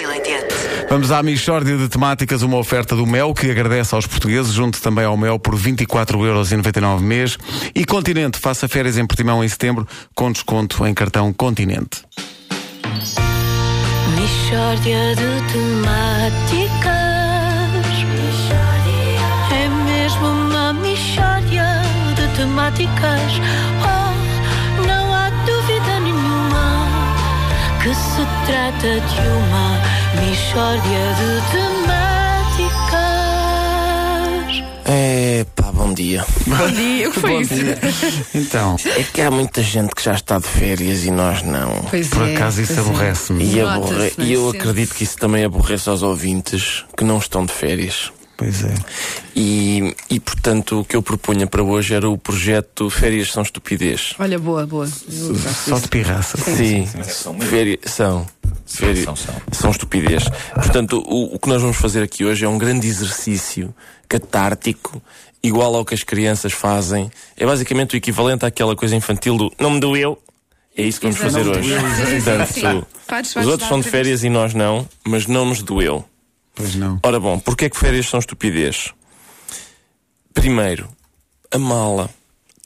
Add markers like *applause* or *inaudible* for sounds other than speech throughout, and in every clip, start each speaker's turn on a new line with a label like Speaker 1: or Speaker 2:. Speaker 1: e leitete.
Speaker 2: Vamos à Michórdia de Temáticas, uma oferta do Mel, que agradece aos portugueses, junto também ao Mel por 24,99€ mês. E Continente, faça férias em Portimão em setembro, com desconto em cartão Continente.
Speaker 3: Mishória de temáticas. É mesmo uma mishória de temáticas. Oh, não há dúvida nenhuma que se trata de uma mishória de temáticas.
Speaker 4: É pá, bom dia.
Speaker 5: Bom dia, o que foi isso?
Speaker 2: Então,
Speaker 4: É que há muita gente que já está de férias e nós não.
Speaker 5: Pois
Speaker 2: por
Speaker 5: é,
Speaker 2: acaso isso
Speaker 5: pois é.
Speaker 2: aborrece-me.
Speaker 4: E,
Speaker 5: Nota-se,
Speaker 4: aborre...
Speaker 5: não é?
Speaker 4: e eu
Speaker 5: Sente-se.
Speaker 4: acredito que isso também aborrece aos ouvintes que não estão de férias.
Speaker 2: Pois é.
Speaker 4: E, e portanto, o que eu propunha para hoje era o projeto Férias são Estupidez.
Speaker 5: Olha, boa, boa. Eu gosto
Speaker 2: Só de pirraça.
Speaker 4: Sim, Féri- são. Féri-
Speaker 6: são, são.
Speaker 4: São estupidez. Portanto, o, o que nós vamos fazer aqui hoje é um grande exercício catártico, igual ao que as crianças fazem. É basicamente o equivalente àquela coisa infantil do não me doeu. É isso que vamos fazer
Speaker 5: Exato.
Speaker 4: hoje.
Speaker 5: Não me doeu, exato.
Speaker 4: Portanto,
Speaker 5: Faz, faz,
Speaker 4: os outros
Speaker 5: faz,
Speaker 4: são de
Speaker 5: faz.
Speaker 4: férias e nós não, mas não nos doeu.
Speaker 2: Pois não.
Speaker 4: Ora bom, porquê é que férias são estupidez? Primeiro, a mala.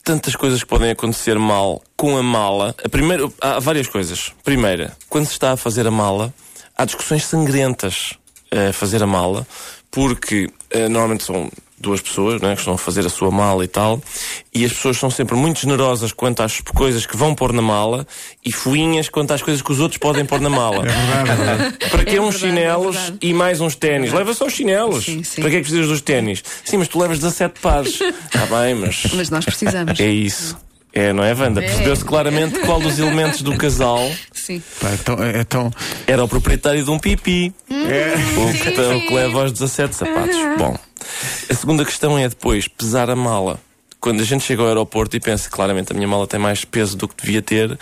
Speaker 4: Tantas coisas que podem acontecer mal com a mala. A primeira, há várias coisas. Primeira, quando se está a fazer a mala, há discussões sangrentas a fazer a mala, porque eh, normalmente são duas pessoas né, que estão a fazer a sua mala e tal, e as pessoas são sempre muito generosas quanto às coisas que vão pôr na mala e fuinhas quanto às coisas que os outros podem pôr na mala. Para que
Speaker 5: É
Speaker 4: uns
Speaker 5: verdade, é
Speaker 4: chinelos
Speaker 5: verdade.
Speaker 4: e mais uns ténis? Leva só os chinelos.
Speaker 5: Sim, sim.
Speaker 4: Para que é que precisas dos ténis? Sim, mas tu levas 17
Speaker 5: *laughs*
Speaker 4: pares. Está bem, mas.
Speaker 5: Mas nós precisamos.
Speaker 4: É isso. É, não é, Wanda? Percebeu-se claramente qual dos elementos do casal
Speaker 5: Sim.
Speaker 2: Pá, então, é tão.
Speaker 4: era o proprietário de um pipi. É. o, que, o que leva aos 17 sapatos. Bom, a segunda questão é depois pesar a mala. Quando a gente chega ao aeroporto e pensa, claramente, a minha mala tem mais peso do que devia ter,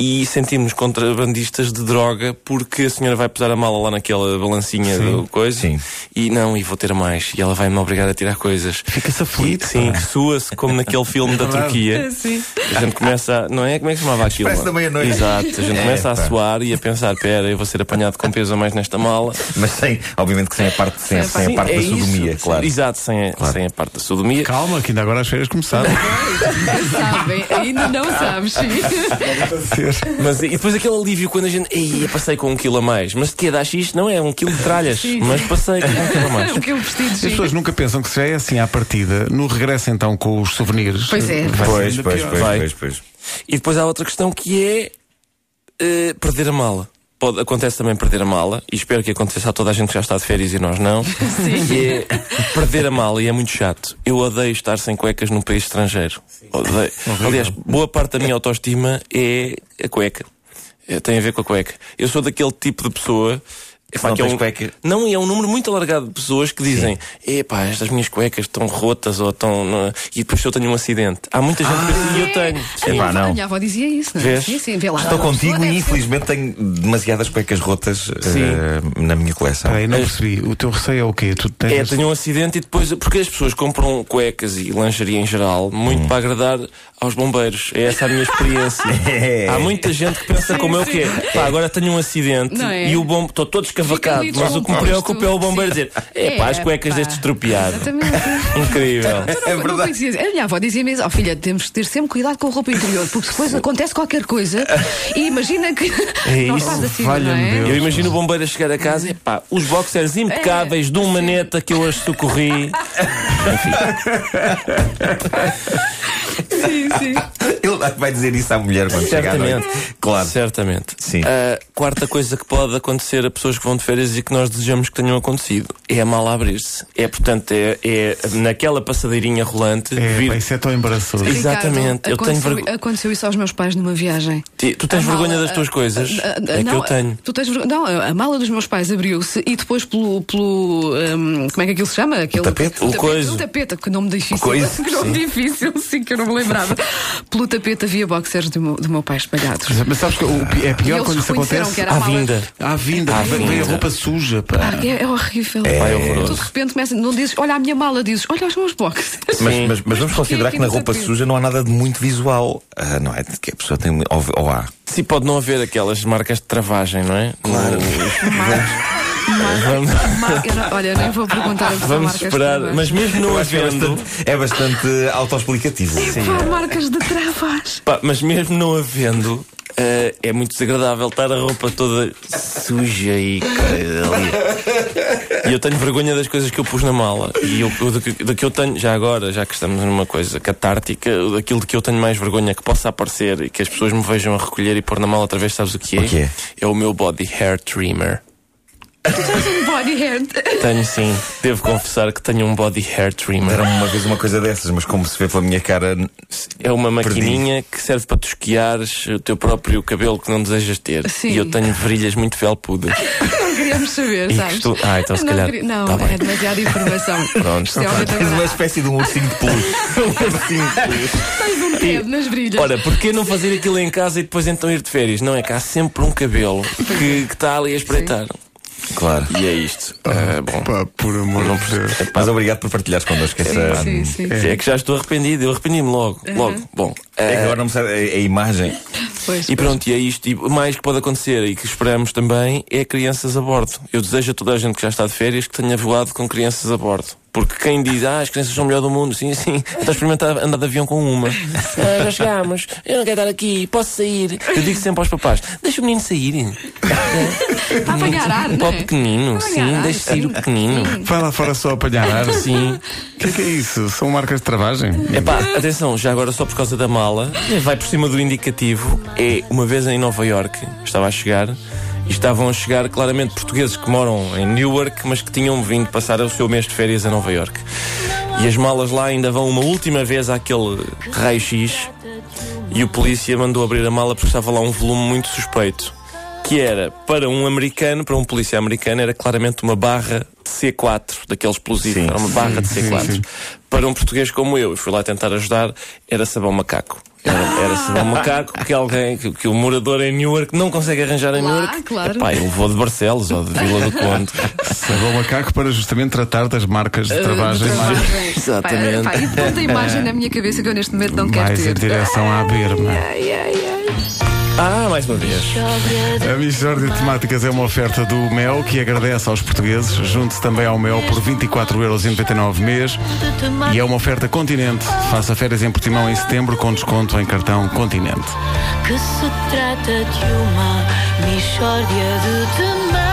Speaker 4: e sentimos contrabandistas de droga porque a senhora vai pesar a mala lá naquela balancinha do coisa,
Speaker 6: sim.
Speaker 4: e não, e vou ter mais, e ela vai me obrigar a tirar coisas.
Speaker 2: Fica-se aflito,
Speaker 4: E, Sim, sua-se como naquele filme da Turquia.
Speaker 5: Sim.
Speaker 4: A gente começa, a- não é? Como é que se chamava aquilo?
Speaker 6: Expresso da meia-noite.
Speaker 4: Exato, a gente
Speaker 6: É,
Speaker 4: começa a
Speaker 6: pá.
Speaker 4: suar e a pensar: pera, eu vou ser apanhado com peso a mais nesta mala.
Speaker 6: *laughs* Mas sem, obviamente que sem a parte, sem,
Speaker 5: Sem a
Speaker 6: sem a parte
Speaker 4: é
Speaker 6: da
Speaker 4: isso.
Speaker 6: sodomia,
Speaker 4: Sim,
Speaker 6: claro.
Speaker 4: Exato, sem a, sem a parte da sodomia.
Speaker 2: Calma, que ainda agora as férias começaram.
Speaker 5: Sabem, ainda não sabes. Sim.
Speaker 4: Mas, e depois aquele alívio quando a gente. Ei, eu passei com um quilo a mais. Mas de que é da X? Não é, um quilo de tralhas.
Speaker 5: Sim.
Speaker 4: Mas passei com um quilo a mais.
Speaker 5: O que eu vestido,
Speaker 2: As
Speaker 5: sim.
Speaker 2: pessoas nunca pensam que se já é assim à partida. No regresso, então, com os souvenirs.
Speaker 5: Pois é.
Speaker 2: vai
Speaker 6: Pois,
Speaker 2: ser ainda
Speaker 6: pois,
Speaker 2: pior.
Speaker 6: pois,
Speaker 4: Vai.
Speaker 6: pois, pois.
Speaker 4: E depois há outra questão que é eh, perder a mala. Pode, acontece também perder a mala, e espero que aconteça a toda a gente que já está de férias e nós não. E é perder a mala, e é muito chato. Eu odeio estar sem cuecas num país estrangeiro. Odeio. Aliás, boa parte da minha autoestima é a cueca. Eh, Tem a ver com a cueca. Eu sou daquele tipo de pessoa. epá,
Speaker 6: não
Speaker 4: que é
Speaker 6: tens
Speaker 4: um-
Speaker 6: cueca.
Speaker 4: não, e é um número muito alargado de pessoas que dizem: epá, estas minhas cuecas estão rotas ou estão. não é?" E depois eu tenho um acidente. Há muita gente
Speaker 6: Ah.
Speaker 4: que diz: e eu tenho.
Speaker 5: A minha
Speaker 6: Epá,
Speaker 5: avó-
Speaker 6: não.
Speaker 5: A minha avó dizia isso, não é?
Speaker 4: Vês?
Speaker 5: Sim, sim, vê lá.
Speaker 6: Estou
Speaker 5: A pessoa
Speaker 6: contigo
Speaker 5: deve
Speaker 6: e
Speaker 5: ser-
Speaker 6: infelizmente tenho demasiadas cuecas rotas eh, na minha coleção.
Speaker 2: Peraí, não percebi. O teu receio é o quê? Tu tens...
Speaker 4: É, tenho um acidente e depois. Porque as pessoas compram cuecas e lingerie em geral muito para agradar aos bombeiros. É essa a minha experiência.
Speaker 6: É.
Speaker 4: Há muita gente que pensa como eu que é. Pá, agora tenho um acidente
Speaker 5: Não é?
Speaker 4: e o bombeiro. Estou todo escavacado,
Speaker 5: Fica ali
Speaker 4: um mas o que me
Speaker 5: descomposto.
Speaker 4: preocupa é o bombeiro dizer: é pá, as cuecas
Speaker 5: Epá.
Speaker 4: deste estropiado. *laughs*
Speaker 5: Exatamente.
Speaker 4: Incrível.
Speaker 5: *laughs*
Speaker 6: É
Speaker 5: Não, não
Speaker 6: verdade.
Speaker 5: conhecia. A minha avó dizia mesmo: Ó filha, temos que ter sempre cuidado com a roupa interior, porque depois acontece qualquer coisa e imagina que não
Speaker 4: É isso,
Speaker 5: faz assim, não
Speaker 2: valha-me
Speaker 5: é?
Speaker 2: Deus.
Speaker 4: Eu imagino o bombeiro a chegar a casa e pá, os boxers impecáveis de um maneta que eu hoje socorri.
Speaker 5: Sim, sim.
Speaker 6: Ele vai dizer isso à mulher quando chegar à noite.
Speaker 4: Certamente.
Speaker 6: Claro.
Speaker 4: Certamente.
Speaker 6: Sim.
Speaker 4: A quarta coisa que pode acontecer a pessoas que vão de férias e que nós desejamos que tenham acontecido é a mala abrir-se. É, portanto, é, é naquela passadeirinha rolante.
Speaker 2: É,
Speaker 4: vir-
Speaker 2: pá, isso é tão embaraçoso.
Speaker 4: Sim. Exatamente.
Speaker 5: Ricardo,
Speaker 4: Eu tenho
Speaker 5: aconteceu,
Speaker 4: vergo-
Speaker 5: aconteceu isso aos meus pais numa viagem.
Speaker 4: Ti- Tu tens
Speaker 5: A mala,
Speaker 4: vergonha das
Speaker 5: a-
Speaker 4: tuas coisas?
Speaker 5: a- a-
Speaker 4: é
Speaker 5: não,
Speaker 4: que eu tenho.
Speaker 5: Tu tens vergo- Não, a a mala dos meus pais abriu-se e depois pelo. pelo hum, como é que aquilo se chama? Aquele,
Speaker 6: tapete?
Speaker 4: O coiso.
Speaker 5: O tapete, que nome difícil. *laughs*
Speaker 6: coiso,
Speaker 5: que nome difícil, sim, que eu não me lembrava. pelo tapete havia boxers do meu, do meu pai espalhados.
Speaker 2: Mas sabes que o pi- é
Speaker 5: E
Speaker 2: pior
Speaker 5: eles
Speaker 2: quando isso
Speaker 5: reconheceram
Speaker 2: acontece?
Speaker 5: que era
Speaker 4: À
Speaker 5: a mala.
Speaker 4: vinda.
Speaker 2: À vinda,
Speaker 4: À
Speaker 2: Ah, vem vem a
Speaker 4: vinda.
Speaker 2: roupa suja. Pá.
Speaker 5: Ah, é, é horrível.
Speaker 4: Pá, é
Speaker 5: Tu de
Speaker 4: horroroso.
Speaker 5: repente começa, não dizes, olha a minha mala, dizes, olha os meus
Speaker 4: *laughs*
Speaker 5: boxers.
Speaker 6: Mas,
Speaker 4: Sim.
Speaker 6: mas- mas vamos considerar
Speaker 5: é que
Speaker 6: que na
Speaker 5: nos
Speaker 6: roupa
Speaker 5: atende?
Speaker 6: suja não há nada de muito visual. Ah, não é? De Que a pessoa tem. Ou, ou há.
Speaker 4: Se pode não haver aquelas marcas de travagem, não é? Claro. Vamos,
Speaker 5: Mar- eu não- olha, eu nem vou perguntar a você
Speaker 4: vamos
Speaker 5: marcas
Speaker 4: esperar.
Speaker 5: de
Speaker 4: Mas mesmo não
Speaker 6: Eu acho que é
Speaker 4: havendo.
Speaker 6: bastante, é bastante autoexplicativo.
Speaker 5: travas. Pá, marcas de travas.
Speaker 4: Pá, mas mesmo não havendo, eh, é muito desagradável estar a roupa toda suja e cara, ali. E eu tenho vergonha das coisas que eu pus na mala. E eu, eu do, que, do que eu tenho, já agora, já que estamos numa coisa catártica, daquilo de que eu tenho mais vergonha que possa aparecer e que as pessoas me vejam a recolher e pôr na mala outra vez, sabes o que é?
Speaker 6: O quê?
Speaker 4: É o meu body hair trimmer.
Speaker 5: Tens um body hair.
Speaker 4: Tenho sim, devo confessar que tenho um body hair trimmer.
Speaker 6: Era uma vez uma coisa dessas, mas como se vê pela minha cara,
Speaker 4: É uma
Speaker 6: Perdi.
Speaker 4: maquininha que serve para tosquiares o teu próprio cabelo que não desejas ter.
Speaker 5: Sim.
Speaker 4: E eu tenho virilhas muito
Speaker 5: *laughs*
Speaker 4: felpudas.
Speaker 5: Não queríamos saber,
Speaker 4: E
Speaker 5: sabes?
Speaker 4: que estou- Ah, então se
Speaker 5: não,
Speaker 4: calhar-
Speaker 5: queria- Não,
Speaker 4: tá bem.
Speaker 5: é demasiada informação.
Speaker 4: *laughs* Pronto.
Speaker 5: Isto é uma
Speaker 6: tens uma
Speaker 5: tens
Speaker 6: espécie de um ursinho de peluche.
Speaker 5: um dedo nas brilhas.
Speaker 4: Ora, porquê não fazer aquilo em casa e depois então ir de férias? Não é que há sempre um cabelo que que está ali a espreitar.
Speaker 6: *laughs* Claro.
Speaker 4: E é isto. Ah, bom.
Speaker 2: Pá, por amor de Deus.
Speaker 6: Mas obrigado por partilhares connosco essa.
Speaker 5: sim, sim, sim.
Speaker 4: É que já estou arrependido, eu arrependi-me logo. Logo. Bom.
Speaker 6: É que
Speaker 4: ah,
Speaker 6: agora não me sabe a, a imagem.
Speaker 5: Pois.
Speaker 4: E pronto, e é isto. E mais que pode acontecer e que esperamos também é crianças a bordo. Eu desejo a toda a gente que já está de férias que tenha voado com crianças a bordo. Porque quem diz, ah, as crianças são o melhor do mundo, sim, sim, então experimenta andar de avião com uma. *laughs* Ah, já chegámos, eu não quero estar aqui, posso sair. Eu digo sempre aos papás, deixa o menino sair. um
Speaker 5: Está Tá a apanhar ar, não
Speaker 4: Para o
Speaker 5: é?
Speaker 4: pequenino,
Speaker 5: Vai
Speaker 4: sim,
Speaker 5: ganhar,
Speaker 4: deixa sair o
Speaker 5: sim.
Speaker 4: pequenino.
Speaker 2: Vai lá fora só apanhar ar. O
Speaker 4: Sim.
Speaker 2: que é que é isso? São marcas de travagem?
Speaker 4: Epá, atenção, já agora só por causa da mala, vai por cima do indicativo. É uma vez em Nova Iorque, estava a chegar e estavam a chegar claramente portugueses que moram em Newark, mas que tinham vindo passar o seu mês de férias a Nova Iorque. E as malas lá ainda vão uma última vez àquele raio-x e o polícia mandou abrir a mala porque estava lá um volume muito suspeito. Que era, para um americano, para um polícia americano, era claramente uma barra de C4, daquele explosivo. era uma barra de C4. Para um português como eu, e fui lá tentar ajudar, era sabão macaco. Era, era sabão macaco que alguém, que, que o morador em Newark não consegue arranjar em
Speaker 5: Lá,
Speaker 4: Newark.
Speaker 5: claro.
Speaker 4: Epá, ele levou de Barcelos ou de Vila do Conde.
Speaker 2: Sabão macaco para justamente tratar das marcas de travagem mais,
Speaker 5: Ah, Travagem.
Speaker 4: Exatamente.
Speaker 5: Pá, pá, e tanta imagem na minha cabeça que eu neste momento não quero
Speaker 2: mais em
Speaker 5: ter.
Speaker 2: direção à berma.
Speaker 5: Ai, ai, ai.
Speaker 4: Ah, mais uma vez.
Speaker 2: A Michórdia de Temáticas é uma oferta do Mel, que agradece aos portugueses. Junte-se também ao Mel por 24,99€ mês. E é uma oferta Continente. Faça férias em Portimão em setembro com desconto em cartão Continente.
Speaker 3: que se trata de uma mistória de temáticas.